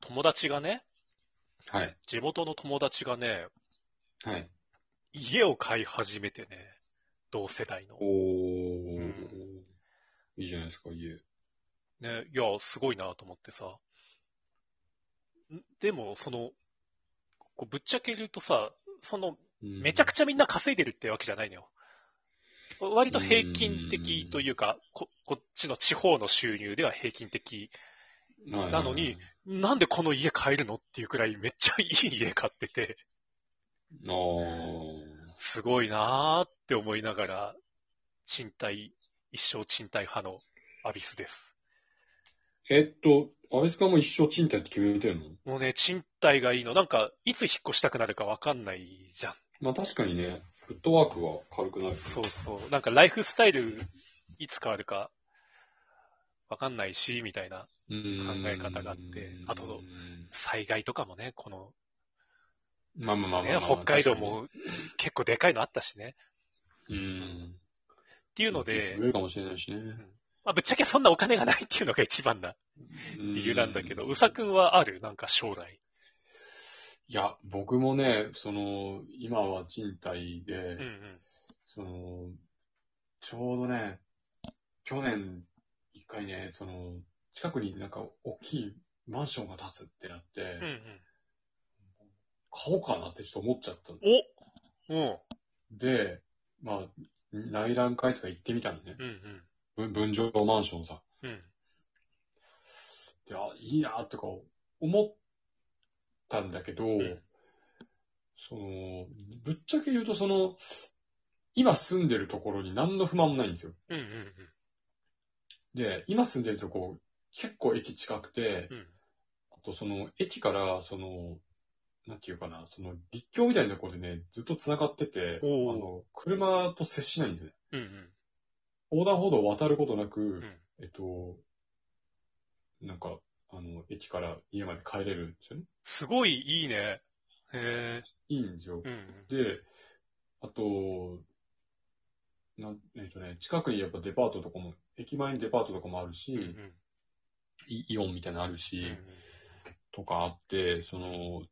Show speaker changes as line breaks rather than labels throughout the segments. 友達がね、
はい。
地元の友達がね、
はい。
家を買い始めてね、同世代の
お。ー。
うん
いいじゃないですか、家。
ね、いや、すごいなと思ってさ。んでも、その、こうぶっちゃけ言うとさ、その、
うん
めちゃくちゃみんな稼いでるってわけじゃないのよ。割と平均的というか、ここっちの地方の収入では平均的。
はい
なのに、なんでこの家買えるのっていうくらいめっちゃいい家買ってて、
ああ
すごいなーって思いながら、賃貸、一生賃貸派のアビスです。
ー。えっと、アビスカも一生賃貸って決めてるの
もうね、賃貸がいいの。なんか、いつ引っ越したくなるかわかんないじゃん。
まあ確かにね、フットワークが軽くなる。
そうそう。なんかライフスタイル、いつ変わるか、わかんないし、みたいな。
考
え方があってあと、災害とかもね、この、
まあまあまあま
ね
あまあ、
北海道も結構でかいのあったしね。
確かに、うん。
ってい
いう
ので、
るかもしれないしね。
まあ、ぶっちゃけそんなお金がないっていうのが一番な理由なんだけど、うさくんはあるなんか将来。
いや、僕もね、その、今は賃貸で、
うんうん。
その、ちょうどね、去年、一回ね、その、近くになんか大きいマンションが建つってなって、
うん
買おうかなってちょっと思っちゃったの。
うん。お
で、まあ、内覧会とか行ってみたのね。
うんうん
分分譲マンションさ。
うん。うん。
で、あ、いいなとか思ったんだけど、
ん
その、ぶっちゃけ言うとその、今住んでるところに何の不満もないんですよ。
うんうん
で、今住んでるとこ、結構駅近くて、
うん。
あとその、駅から、その、なんていうかな、その、立教みたいなところでね、ずっと繋がってて、あ
おー
の、車と接しないんですね。
うんうん。
横断歩道を渡ることなく、
うん
えっと、なんか、あの、駅から家まで帰れるんですよね。
すごいいいね。へ
いいんですよ。
え。うん
で、あと、なんえっとね、近くにやっぱデパートとかも、駅前にデパートとかもあるし、
うん。うんうん
イイオンみたいなのあるし、
うんうん。
とかあって、その、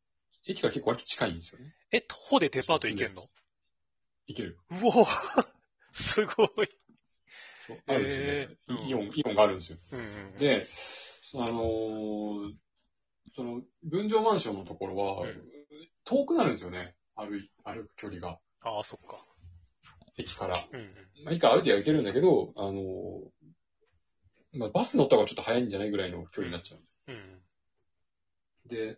駅から結構割と近いんですよね。
え、徒歩でデパート行けんの
行ける。
うおーすごい。
そうあるんですよ
へー
ね
うん
イオン、イオンがあるんですよ。
うんうん。
で、あのーその、分譲マンションのところは、
うん
遠くなるんですよね。歩い、歩く距離が。
ああ、そっか。
駅から。
うんうん。
まあ、以下歩いてはいけるんだけど、あのーまあ、バス乗った方がちょっと早いんじゃないぐらいの距離になっちゃう。
うん
で、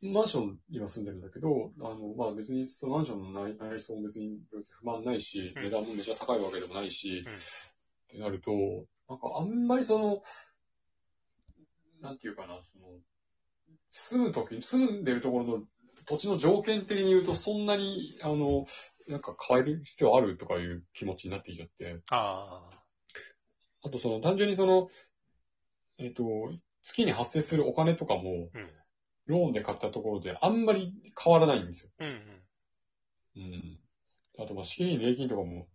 マンション今住んでるんだけど、あの、まあ、別にそのマンションの内内装も別に不満ないし、
うん
値段もめちゃ高いわけでもないし、ってなると、なんかあんまりその、なんていうかな、その、住むとき、住んでるところの土地の条件的に言うと、そんなに、あの、なんか変える必要あるとかいう気持ちになってきちゃって、
ああ。
あとその、単純にその、えっ、と、月に発生するお金とかも、
うん
ローンで買ったところであんまり変わらないんですよ。
うんうん。
うん。あと、まあ、資金、礼金とかも、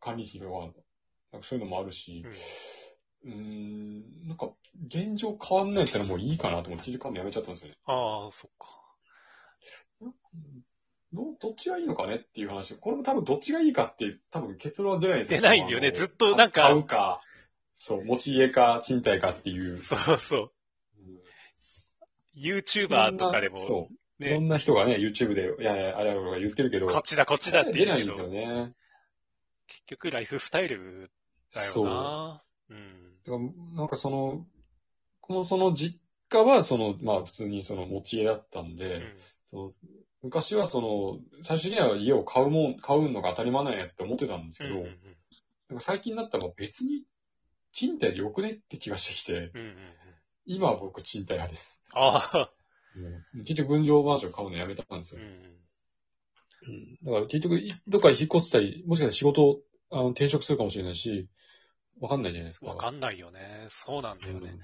管理費とか、なんかそういうのもあるし、
うん
うーんなんか、現状変わんないったらもういいかなと思って、切り替えるのやめちゃったんですよね。
ああ、そっか。
どどっちがいいのかねっていう話。これも多分どっちがいいかって、多分結論は出ないんですよ。
出ないんだよね
あの
ずっとなんか
買うか、そう、持ち家か、賃貸かっていう。
そうそう。YouTuber とかで
いろんな
も、
そう。
ね
いろんな人がね、YouTube で、いやいや、あれあれあれ言ってるけど、
こっちだこっちだって
出
言
な
う
い
け
んですよ
ど、
ね。
結局ライフスタイルだよ
そう。
な。うん。
だからなんかその、この、その実家は、その、まあ普通にその持ち家だったんで、
うん
その昔はその、最終的には家を買うもん、買うのが当たり前なんやって思ってたんです
う
け
ん
ど、
うん
なんか最近になったら別に賃貸でよくねって気がしてきて、
うんうんうん。
今は僕賃貸派です。
ああ。
結局分譲マンション買うのやめたんです
う
よ。
ん
だから結局、いどっかに引っ越したり、もしかしたら仕事、あの、転職するかもしれないし、わかんないじゃないですか。
わかんないよね。そうなんだよ
う
ね
ん。
あ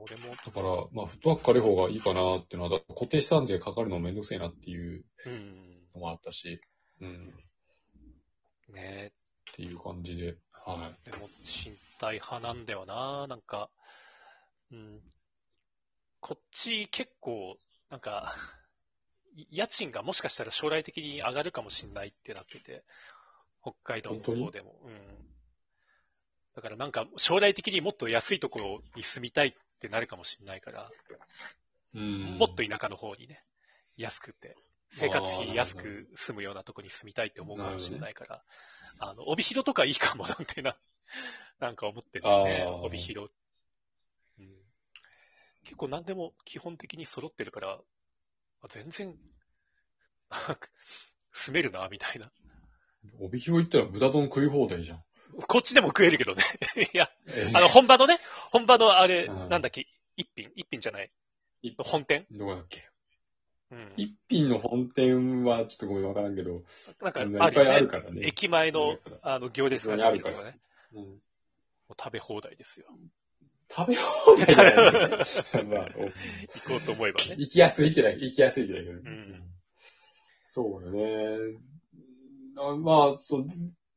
俺も、
だから、まあ、フットワーク軽い方がいいかなっていうのは、だって固定資産税かかるのめんどくせえなっていう
うん。
のもあったし、うん、
ね
っていう感じで、はい。
でも、賃貸派なんだよな。なんか、うん。こっち結構、なんか、い家賃がもしかしたら将来的に上がるかもしれないってなってて、北海道の方でも。うん。だからなんか、将来的にもっと安いところに住みたいってなるかもしれないから、
うん
もっと田舎の方にね、安くて、生活
あーなるほど
費安く済むようなとこに住みたいって思うかもしれないから、あの、帯広とかいいかもなんてな、 なんか思ってるよね
あー、
帯広、うん。結構何でも基本的に揃ってるから、あ全然、 なんか住めるな、みたいな。
帯広行ったら豚丼食い放題じゃん。
こっちでも食えるけどね。 いや、
え
あの、本場のね、本場のあれ、
うん
なんだっけ、一品、一品じゃない、
一
本店。
どこだっけ
うん。
一品の本店はちょっとごめんわからんけど、
なんか、
あ
あ
の
る
いっぱいあ
よ
る
ね。
からね。
駅前の、あの、行列ができ
ある
る
か
とかね。
うん
もう食べ放題 ですよ。
食べ放題だよ ねまあ
行こうと思えば ね。
行きやすいってだけ、行きやすいってだけど。
ん
そうだね。あまあ、そう、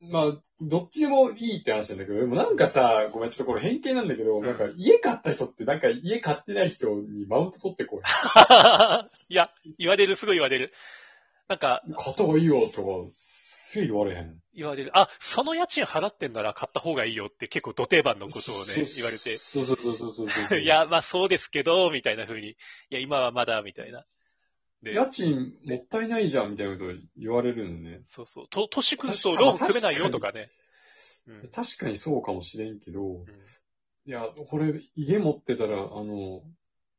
まあ、どっちでもいいって話なんだけど、でもなんかさ、ごめん、ちょっとこれ偏見なんだけど、
うん
なんか家買った人って、なんか家買ってない人にマウント取ってこい。
いや、言われる、すごい言われる。なんか、
買った方がいいよとか、すげえ言われへん。
言われる。あ、その家賃払ってんなら買った方がいいよって結構土定番のことをね、言われて。
そうそうそうそうそうそ う。
い、や、まあそうですけど、みたいな風に。いや、今はまだ、みたいな。で、
家賃もったいないじゃんみたいなこと言われるのね。
そうそう。と、都市君とローン組めないよとかね。うん
確かにそうかもしれんけど、
うん
いや、これ、家持ってたら、あの、も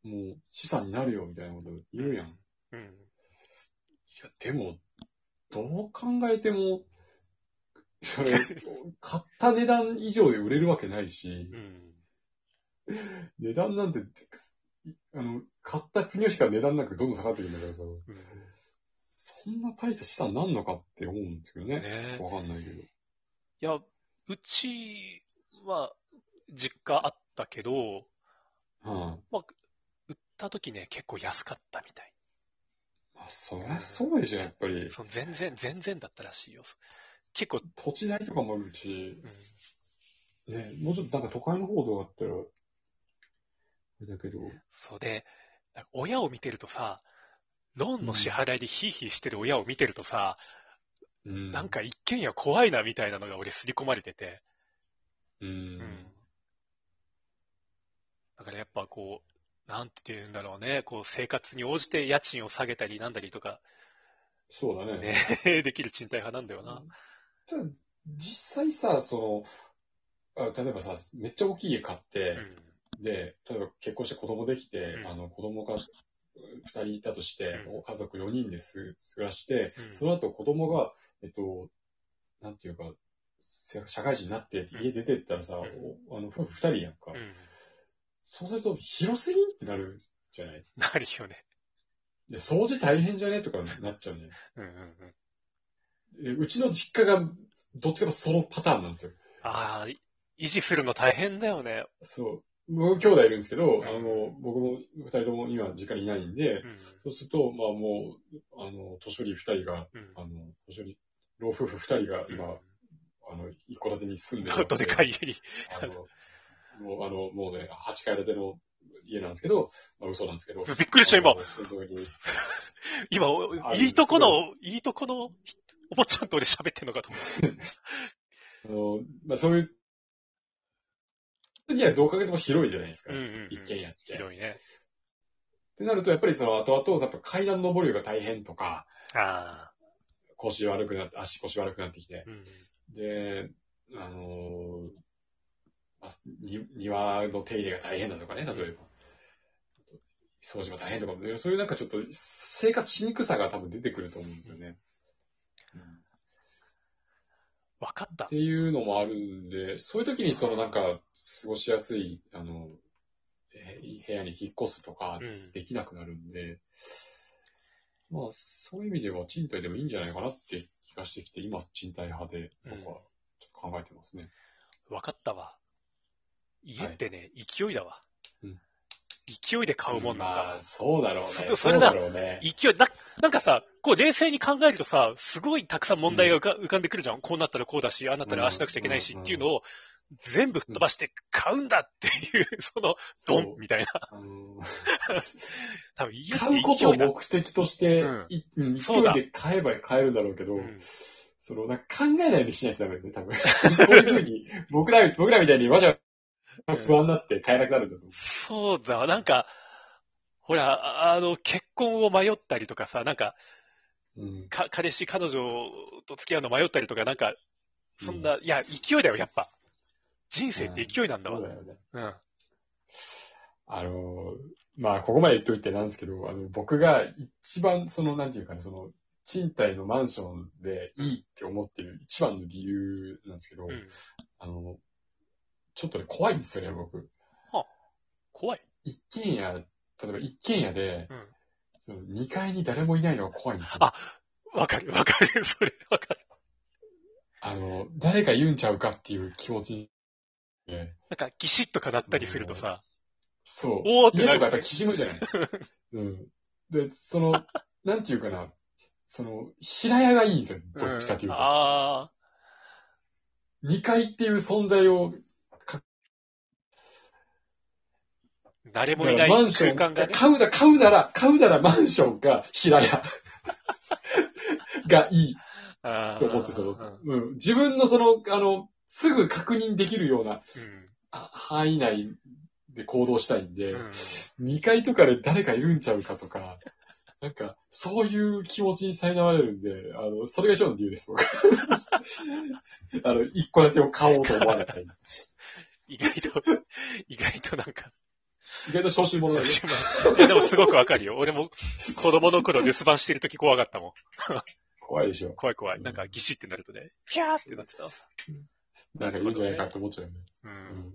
う、資産になるよ、みたいなこと言うやん。い
うん。
や、でも、どう考えて も、それ、買った値段以上で売れるわけないし
う、ん。
値段なんて、あの、買った次の日から値段なんかどんどん下がってくるんだからさ、
うん
そんな大した資産なんのかって思うんですけど
ね
ね。
え。
わかんないけど。
いや、うちは、実家あったけど、
は
売った時ね、結構安かったみたい。
あ、まあ、そりゃそうでしょ、やっぱり。
その全然、全然だったらしいよ。結構、
土地代とかもあるし、
うん
ね、もうちょっとなんか都会の方とかだったら、あれだけど、
そうで、なんか親を見てるとさ、ローンの支払いでヒーヒーしてる親を見てるとさ、
うん
なん、か一軒家怖いなみたいなのが俺刷り込まれてて、
うん。
だからやっぱこう、なんて言うんだろうね、こう生活に応じて家賃を下げたりなんだりとか、
そうだね。
ね、 できる賃貸派なんだよな。
ただ実際さ、そのあ、例えばさ、めっちゃ大きい家買っ
う
て、
ん。
で、例えば結婚して子供できて、
うん
あの、子供が二人いたとして、
うん
お家族4人です暮らして、
うん
その後子供が、えっと、なんていうか、せ社会人になって
うん
家出てったらさ、おあの、夫婦2人やんか。
うん。
そうすると広すぎんってなるじゃない
なるよね。
で、掃除大変じゃねとかなっちゃうね。
うんうんうん。
でうちの実家が、どっちかというとそのパターンなんですよ。
ああ、い維持するの大変だよね。
そう。僕、兄弟いるんですけ
う、
ど
ん
あの、僕も二人とも今実家にいないんで
う、ん。
そうすると、まあもう、あの、年寄り二人が、
うん
あ。の、年寄り、老夫婦二人が今、あの、一戸建てに住んでる。
どでかい家に。
あの、もう、あの、もうね、八階建ての家なんですけど、まあ嘘なんですけど。
びっくりした、今
あ。の。本当に
今、
あ
いいとこの、いいとこの、お坊ちゃんと俺喋ってんのかと思っ
あの、まあそういう、次はどうかけても広いじゃないですか。
た。
一軒家って。
広いね。
ってなると、やっぱりその後々、やっぱ階段登るのが大変とか、
ああ。
腰悪くなって、足腰悪くなってきて。
うん。
で、あのーあに庭の手入れが大変だとかね、例えば。掃除が大変とか、そういうなんかちょっと生活しにくさが多分出てくると思うんですよね。
わかった
って。いうのもあるんで、そういう時にそのなんか過ごしやすい、あの、え部屋に引っ越すとか
うん
できなくなるんで、まあそういう意味では賃貸でもいいんじゃないかなって気がしてきて、今賃貸派で僕はちょっと考えてますね。
わかったわ。家ってね、勢いだわ
うん。
勢いで買うもんなん
ま
だ
あ。そうだろうね。
そ
そ
それ
う
だ
だろうね。
勢い、な、なんかさ、こう冷静に考えるとさ、すごいたくさん問題が浮か,、ん、でくるじゃん。こうなったらこうだし、ああなったらああしなくちゃいけないし
うん
っていうのを、全部吹っ飛ばして買うんだっていう、その、ドンみたいな。
あの
多分いいやつ
買うことを目的として、
うん
いうん、勢
そうだ
いで買えば買えるんだろうけど、
うん
その、なんか考えないようにしないとダメ だよね、多分。そういうふうに、僕ら、僕らみたいにわちゃわちゃ不安になって買えなくなるんだと思
そうだわ、なんか、ほら、ああの、結婚を迷ったりとかさ、なんか、
う。うん。
か彼氏、彼女と付き合うの迷ったりとか、なんか、そんな、いや、勢いだよ、やっぱ。人生って勢いなんだ
そ
わ。
うだよね。
うん。
あの、まあ、ここまで言っといてなんですけど、あの、僕が一番、その、なんていうかね、その、賃貸のマンションでいいって思ってる一番の理由なんですけど、
うん。
あの、ちょっとね、怖いんですよね、僕。
怖い。
一軒家、例えば一軒家で、
うん
その2階に誰もいないのが怖いんですよ。
あわかる、わかる、それ、わかる。
あの、誰か言うんちゃうかっていう気持ちに、ね、
なんか、ギシッと飾ったりするとさ、
そう。
おーって
家
な
とかやっぱ
る。
りきしむじゃない。 うん。で、その、なんていうかな、その、平屋がいいんですよ、どっちかという
うん
と。
あ
二2階っていう存在を、
ー、誰もいな
だから
い
マンシ
空
ョ
間
ン、
がね。
買うな、買うなら、買うならマンションか平屋がいい
あー
と思って、その、
うん
うん、自分のその、あの、すぐ確認できるような
うん
あ範囲内で行動したいんで、
うん
2階とかで誰かいるんちゃうかとか、なんか、そういう気持ちに苛まれるんで、あの、それが一番の理由です、僕。 あの、一個だけを買おうと思わない。
意外と、意外となんか、
意外と小心者だね。
そう いやでもすごくわかるよ。俺も子供の頃留守番してるとき怖かったもん。
怖いでしょ。
怖い怖い。なんかギシってなるとね、ピャーってなってた。
なんかいるんじゃないかって思っちゃうよね。
う。
うんん。